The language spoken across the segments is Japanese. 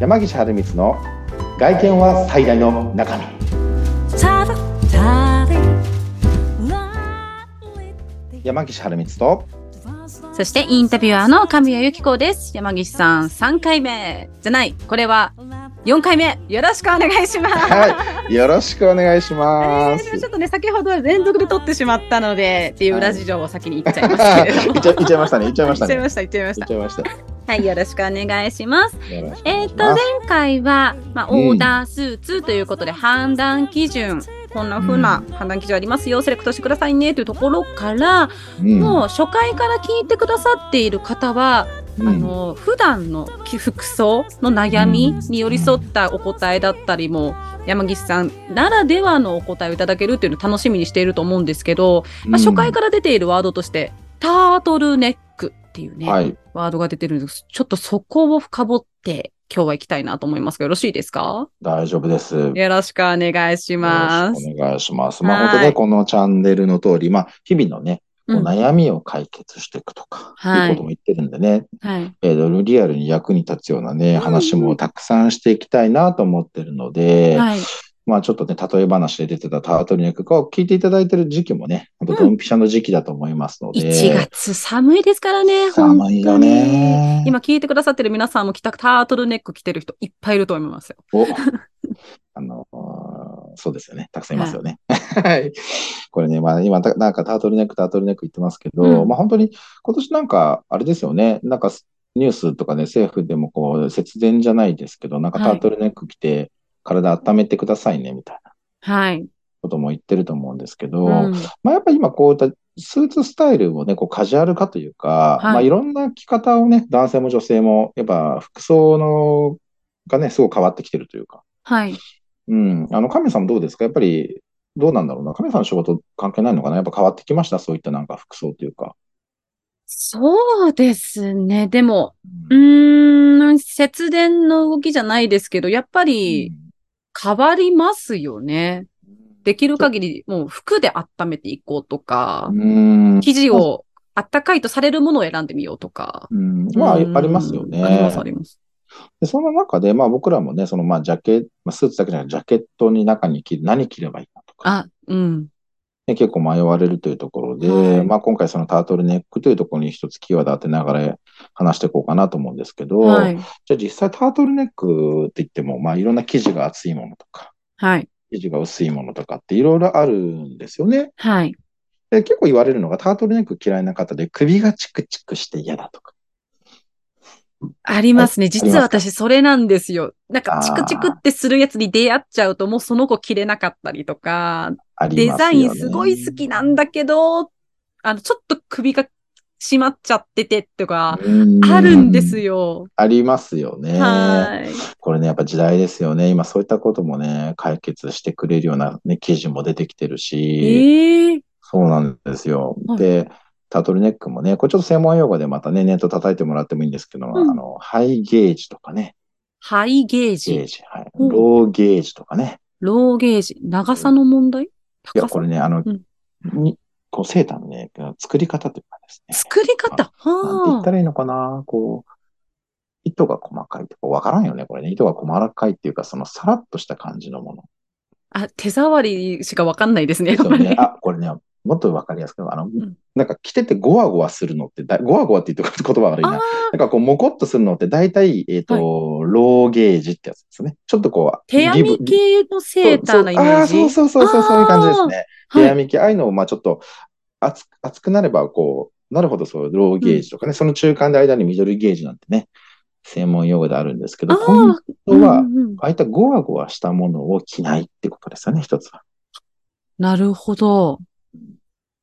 山岸春光の外見は最大の中身 Tata, tata, lality, 山岸春光と vasa, そしてインタビュアーの神谷由紀子です。山岸さん3回目じゃない、これは lap, 4回目。よろしくお願いします。 はいよろしくお願いしあまれすちょっとね、先ほど連続で撮ってしまったので、っていう裏事情を先に言っちゃいましたけれども。いっちゃいっちゃいましたねいっちゃいましたね言っちゃいました、言っちゃいま言ったしち。ゃいましたはい、よろしくお願いします。よろしくお願えいっ、しと、ま前す回は、まあ、うんオーダースーツということで、判断基準、こんな風な判断基準ありますよ、セレクトしてくださいね、というところから、うんもう初回から聞いてくださっている方は、うんあの普段の着服装の悩みに寄り添ったお答えだったりも山岸さんならではのお答えをいただけるっていうのを楽しみにしていると思うんですけど、まあ、初回から出ているワードとして、タートルネックっていうね、はいワードが出てるんですちょっとそこを深掘って今日は行きたいなと思いますがよろしいですか大丈夫ですよよろしくお願いしまろす。しくお願いしますまあはい本当ねこのチャンネルの通りまあ日々のねこううん悩みを解決していくとか、はいいうことも言ってるんでね、はい、えー、リアルに役に立つようなね、話もたくさんしていきたいなと思ってるので、はいまあちょっとね、例え話で出てたタートルネックを聞いていただいてる時期もね、ほんとドンピシャの時期だと思いますので。 1月寒いですからね、寒いよね。今聞いてくださってる皆さんも着たタートルネック着てる人いっぱいいると思いますよ。お あのーそうですよね。たくさんいますよね。 はい。これね、まあ今、たなんかタートルネック、タートルネック言ってますけど、うんまあ本当に今年なんか、あれですよね。なんかニュースとかね、政府でもこう、節電じゃないですけど、なんかはいタートルネック着て、体温めてくださいね、みたいなはい。ことも言ってると思うんですけど、うんまあやっぱ今こういったスーツスタイルをね、こうカジュアル化というか、はいまあいろんな着方をね、男性も女性も、やっぱ服装の、がね、すごい変わってきてるというか、はい。うん。あの、神さんどうですかやっぱり、どうなんだろうな。神さんの仕事関係ないのかなやっぱ変わってきましたそういったなんか服装というか。そうですね。でも、ううんーん、節電の動きじゃないですけど、やっぱり変わりますよね。できる限り、もう服で温めていこうとかう、ん。生地をあったかいとされるものを選んでみようとか。うん。まあ、ありうんますよね。あります、あります。で、その中で、まあ僕らもね、そのまあジャケ、まあ、スーツだけじゃなくジャケットに中に着る、何着ればいいかとか、あ、うん。ね、結構迷われるというところで、はいまあ今回そのタートルネックというところに一つキーワード当てながら話していこうかなと思うんですけど、はい。じゃあ実際タートルネックって言っても、まあいろんな生地が厚いものとか、はい。生地が薄いものとかっていろいろあるんですよね。はい。で、結構言われるのがタートルネック嫌いな方で首がチクチクして嫌だとか。ありますね。実はあります私、それなんですよ。なんか、チクチクってするやつに出会っちゃうと、もうその子着れなかったりとか、ありデますザよイね。ンすごい好きなんだけど、あの、ちょっと首が締まっちゃっててとか、うんあるんです。よ。ありますよね。はい。これね、やっぱ時代ですよね。今そういったこともね、解決してくれるような、ね、記事も出てきてるし、ええそうなんですよ。はいで、タートルネックもね、これちょっと専門用語でまたね、ネット叩いてもらってもいいんですけど、うんあの、ハイゲージとかね、ハイゲーゲージ、ジ、はい、うんローゲージとかね、ローゲージ、長さの問題い高や、さこれね、あの、うんにこうセーターのね、作り方というかですね、作り方。なんて言っはたらいいのかな、こう、糸が細かいとか、わからんよね、これね。糸が細かいっていうか、そのさらっとした感じのもあ。あ、手触りしかわかんないですね。の。やっそぱうりね、あ、これね、もっとわかりやすく、あの、んなんか着ててゴワゴワするのってだ、ゴワゴワって言って言葉が悪いな。あなんかこう、もこっとするのって、大体、えっ、と、ローゲージってやつですね。ちょっとこう、手編み系のセーターのイメージ。そうそうそうそうそう、そういう感じですね。はい手編み系、ああいうのを、まあちょっと厚く、厚くなれば、こう、なるほど、そう、ローゲージとかね、その中間で間にミドルゲージなんてね、専門用語であるんですけど、あーポイントは、うんうんああいったゴワゴワしたものを着ないってことですよね、一つは。なるほど。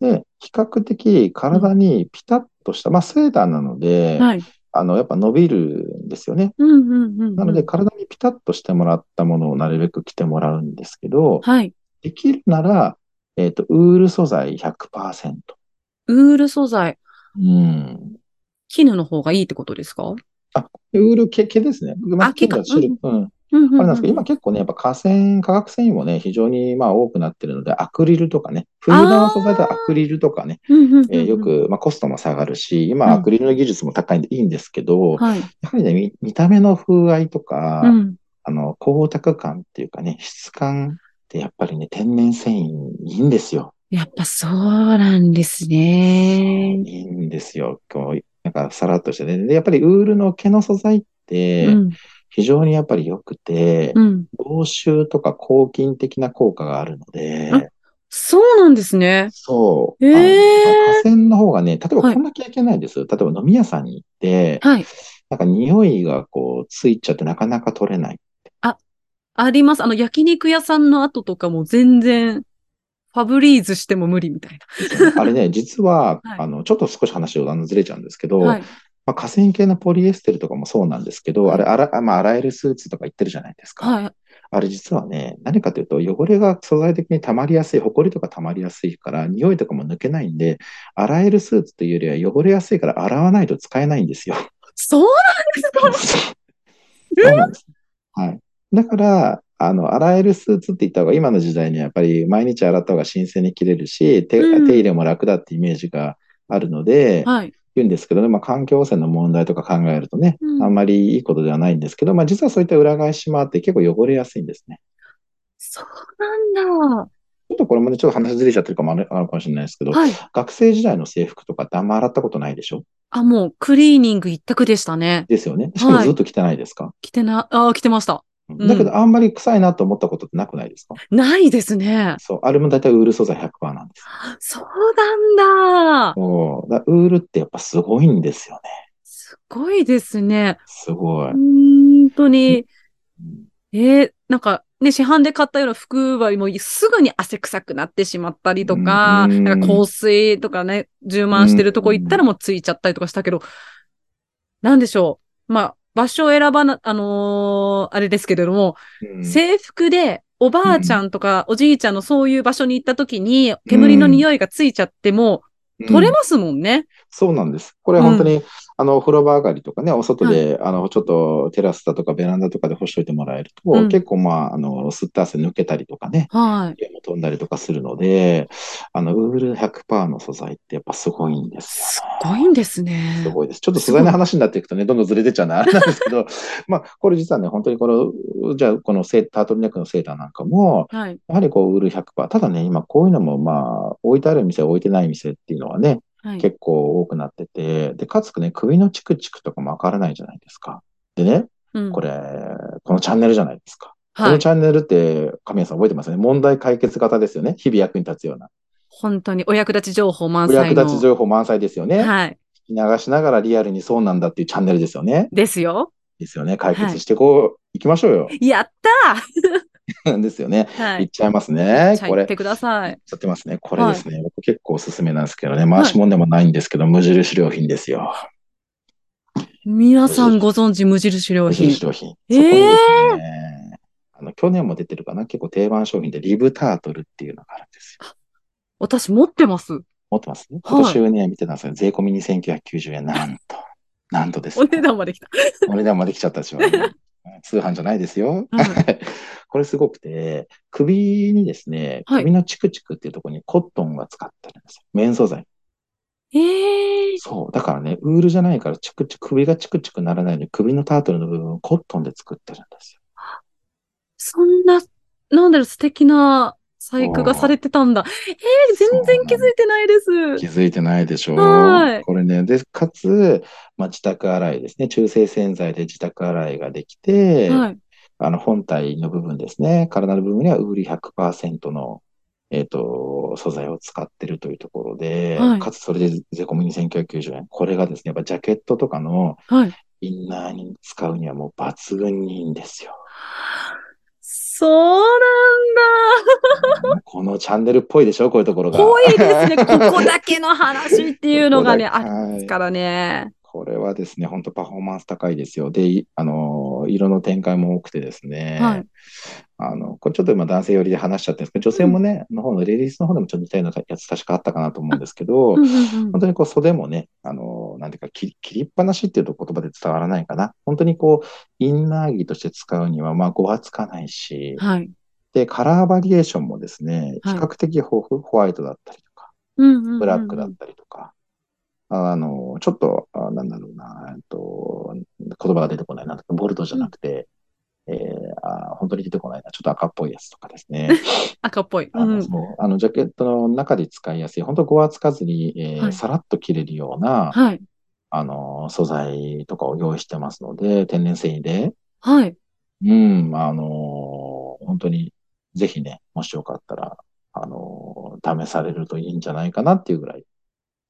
で、比較的体にピタッとした、まあセーターなので、はい。あの、やっぱ伸びるんですよね。うんうんうん。なので、、体にピタッとしてもらったものをなるべく着てもらうんですけど、はい。できるなら、えっ、と、ウール素材100%。ウール素材、うん。絹の方がいいってことですかウール毛、毛ですね。まあ毛か絹はシルクうんうんうんあれなんですけど、今結構ね、やっぱ河川、化学繊維もね、非常にまあ多くなってるので、アクリルとかね、フーダー素材でアクリルとかね、うんうんうんうんえーよ、く、まあ、コストも下がるし、うん今アクリルの技術も高いんでいいんですけど、はい。やはりね、見見た目の風合いとか、うん。あの、光沢感っていうかね、質感ってやっぱりね、天然繊維いいんですよ。やっぱそうなんですね。いいんですよ。こう、なんかさらっとしてね。で、やっぱりウールの毛の素材っうて、ん。非常にやっぱり良くて、うん。防臭とか抗菌的な効果があるので、あそうなんですね。そう。へーあのまあ河川の方がね、例えはばいこんな経験ないですよ。例えば飲み屋さんに行って、はい。なんか匂いがこう、ついちゃってなかなか取れない。あります。あの、焼肉屋さんの後とかも全然、ファブリーズしても無理みたい あれね、実は、はいあの、ちょっと少し話をあのずれちゃうんですけど、な。はい。まあ、河川系のポリエステルとかもそうなんですけど、はいあれ、あら、あまあ、洗えるスーツとか言ってるじゃないですか。はい。あれ実はね、何かというと、汚れが素材的に溜まりやすい、ホコリとか溜まりやすいから、匂いとかも抜けないんで、洗えるスーツというよりは汚れやすいから洗わないと使えないんですよ。そう なんですかそうなんです。はい。だから、あの、洗えるスーツって言った方が、今の時代にはやっぱり毎日洗った方が新鮮に着れるし、手、うん手入れも楽だってイメージがあるので、はい。言うんですけどね、まあ、環境汚染の問題とか考えるとね、うんあんまりいいことではないんですけど、まあ、実はそういった裏返しもあって結構汚れやすいんですね。そうなんだ。ちょっとこれもね、ちょっと話ずれちゃってるかもあるあるかもしれないですけど、はい。学生時代の制服とかってあんま洗ったことないでしょあ、もう、クリーニング一択でしたね。ですよね。しかもはいずっと着てないですか、着てな、あー着てました。んだけど、あんまり臭いなと思ったことってなくないですかないですね。そう。あれも大体ウール素材100%なんです。そうなんだ。そうだウールってやっぱすごいんですよね。すごいですね。すごい。本当に。えーなんか、ね、市販で買ったような服はもうすぐに汗臭くなってしまったりとか、うんなんか香水とかね、充満してるとこ行ったらもうついちゃったりとかしたけど、なんでしょう。まあ、場所を選ばな、あのーあれですけれども、うん制服で、おばあちゃんとかおじいちゃんのそういう場所に行った時に、煙の匂いがついちゃっても、取れますもんね。そうなんです。これ本当に、あの、お風呂場上がりとかね、お外で、あの、ちょっとテラスだとかベランダとかで干しといてもらえると、うん結構まあ、あの、吸った汗抜けたりとかね、はい。飛んだりとかするので、あの、ウール100%の素材ってやっぱすごいんですすよね。ごいんですねす。ごいです。ちょっと素材の話になっていくとね、どんどんずれてっちゃう な、あれなんですけど、まあ、これ実はね、本当にこの、じゃあ、このセータートルネックのセーターなんかも、はい。やはりこう、ウール100%。ただね、今こういうのも、まあ、置いてある店、置いてない店っていうのはね、はい。結構多くなってて、で、かつね、首のチクチクとかもわからないじゃないですか。でね、うんこれ、このチャンネルじゃないですか。こはのい。チャンネルって、神谷さん覚えてますよね。問題解決型ですよね。日々役に立つような。本当にお役立ち情報満お載役の。立ち情報満載ですよね。はい。聞き流しながらリアルにそうなんだっていうチャンネルですよね。ですよ。ですよね。解決してこう、いきましょうよ。やっ ですよね。、たはいっい。ちゃいますね。じゃあこ行れっ。てくださやいっ。ちゃってますね。これですね。僕結構おすすめなんですけどね。回しもんでもないんですけど、無印良品ですよ。皆さんご存知無印良無品。 印良品。えーそこにですね、あの、去年も出てるかな結構定番商品でリブタートルっていうのがあるんですよ。私持ってます。持ってますね。はい今年はね、見てたんですよ。税込み2990円。なんと。なんとです、おね。値段まで来た。お値段まで来ちゃ ったでしょ。うん通販じゃないですよ。はい これすごくて、首にですね、はい首のチクチクっていうところにコットンが使ってあるんですよ。綿素材。ええそう。だからね、ウールじゃないからチクチク、首がチクチクならないように首のタートルの部分をコットンで作ってるんですよ。そんな、なんだろう、素敵な細工がされてたんだ。ええ全然気づいてないです。気づいてないでしょはいこれね、で、かつ、まあ、自宅洗いですね。中性洗剤で自宅洗いができて、はい。あの、本体の部分ですね。体の部分にはウール100%の、えっ、と、素材を使ってるというところで、はいかつそれで税込み2990円。これがですね、やっぱジャケットとかのはい。インナーに使うにはもう抜群にいいんですよ。そうなんだ。このチャンネルっぽいでしょこういうところが。濃いですね。こ こだけの話っていうのが ね、ここあだりけますからね。これはですね、本当パフォーマンス高いですよ。で、いあのー、色の展開も多くてですね、はいあの、これちょっと今男性寄りで話しちゃってるんですけど、女性もね、の方のレディースの方でもちょっと似たようなやつ確かあったかなと思うんですけど、うんうんうん本当にこう袖もね、あのう、なんていうか、切り切りっぱなしっていうと言葉で伝わらないかな。本当にこう、インナー着として使うには、まあ、語はつかないし、はい。で、カラーバリエーションもですね、比はい較的豊富、ホワイトだったりとか、うんうんうんうんブラックだったりとか、あの、ちょっと、あなんだろうな、えっと、言葉が出てこないな、ボルトじゃなくて、えーあ、本当に出てこないな、ちょっと赤っぽいやつとかですね。赤っぽい。あ うの、んそうあのジャケットの中で使いやすい、本当ごわつかずに、えーはいさらっと着れるような、はい。あの、素材とかを用意してますので、天然繊維で、はい。うん、あの、本当に、ぜひね、もしよかったら、あの、試されるといいんじゃないかなっていうぐらい、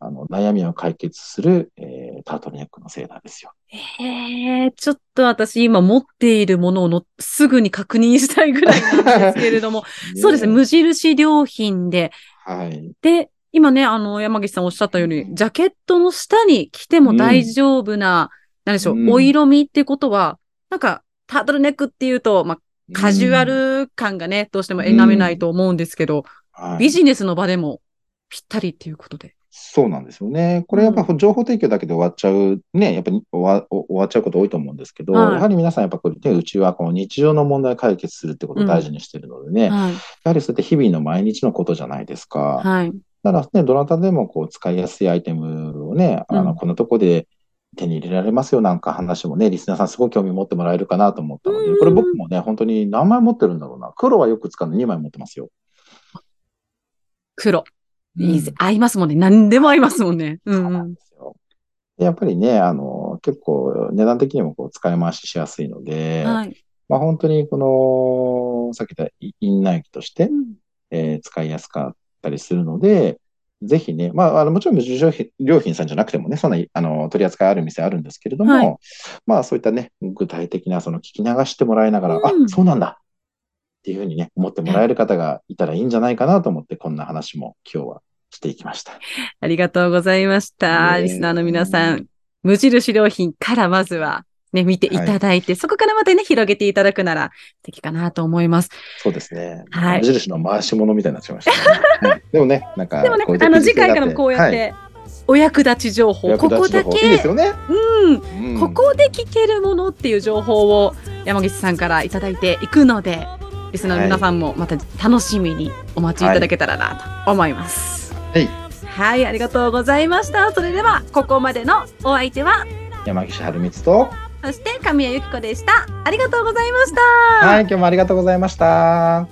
あの、悩みを解決する、えータートルネックのセーターですよ。えー、ちょっと私今持っているものをのすぐに確認したいぐらいなんですけれど も、そうですね、ね無印良品で、はい。で、今ね、あの、山岸さんおっしゃったように、ジャケットの下に着ても大丈夫な、なんでしょう、うんお色味ってことは、なんか、タートルネックっていうと、まあ、カジュアル感がね、どうしても否めないと思うんですけど、うん、はいビジネスの場でもぴったりっていうことで。そうなんですよね。これやっぱ情報提供だけで終わっちゃう、ね、やっぱり終わ終わっちゃうこと多いと思うんですけど、はいやはり皆さんやっぱこれ、ね、うちはこの日常の問題を解決するってことを大事にしてるのでね、やはい。はりそうやって日々の毎日のことじゃないですか。はい。だからね、どなたでもこう使いやすいアイテムをね、あうんの、こんなとこで手に入れられますよなんか話もね、リスナーさんすごい興味持ってもらえるかなと思ったのうんで、これ僕もね、本当に何枚持ってるんだろうな。黒はよく使うの2枚持ってますよ。黒。いいぜうん合いますもんね。何でも合いますもんね。うんうん、ですよ。でやっぱりね、あの、結構値段的にもこう使い回ししやすいので、はい。まあ本当にこの、さっき言ったインナー液として、うんえー使いやすかったりするので、ぜひね、まあ、あのもちろん無印良品良品さんじゃなくてもね、そんなあの取り扱いある店あるんですけれども、はいまあそういったね、具体的なその聞き流してもらいながら、うんあ、そうなんだっていうふうにね、思ってもらえる方がいたらいいんじゃないかなと思って、こんな話も今日はしていきました。ありがとうございました。いえいえリスナーの皆さん、無印良品からまずは、ね、見ていただいて、そこからまたね、広げていただくなら、敵かなと思います。そうですね。はい無印の回し物みたいになっちゃいま した、ねはいでもね、なんか、でもねこうい、うあの、時期次に回なからもこうやっ、はいて、お役立ち情報、役こ立こち情だ報いいですけ、よね。うん、うんここで聞けるものっていう情報を山口さんからいただいていくので、リスナーの皆さんもまた楽しみにお待ちいただけたらなと思います。はいはい、ありがとうございました。それでは、ここまでのお相手は、山岸春光と、そして神谷由紀子でした。ありがとうございました。はい、今日もありがとうございました。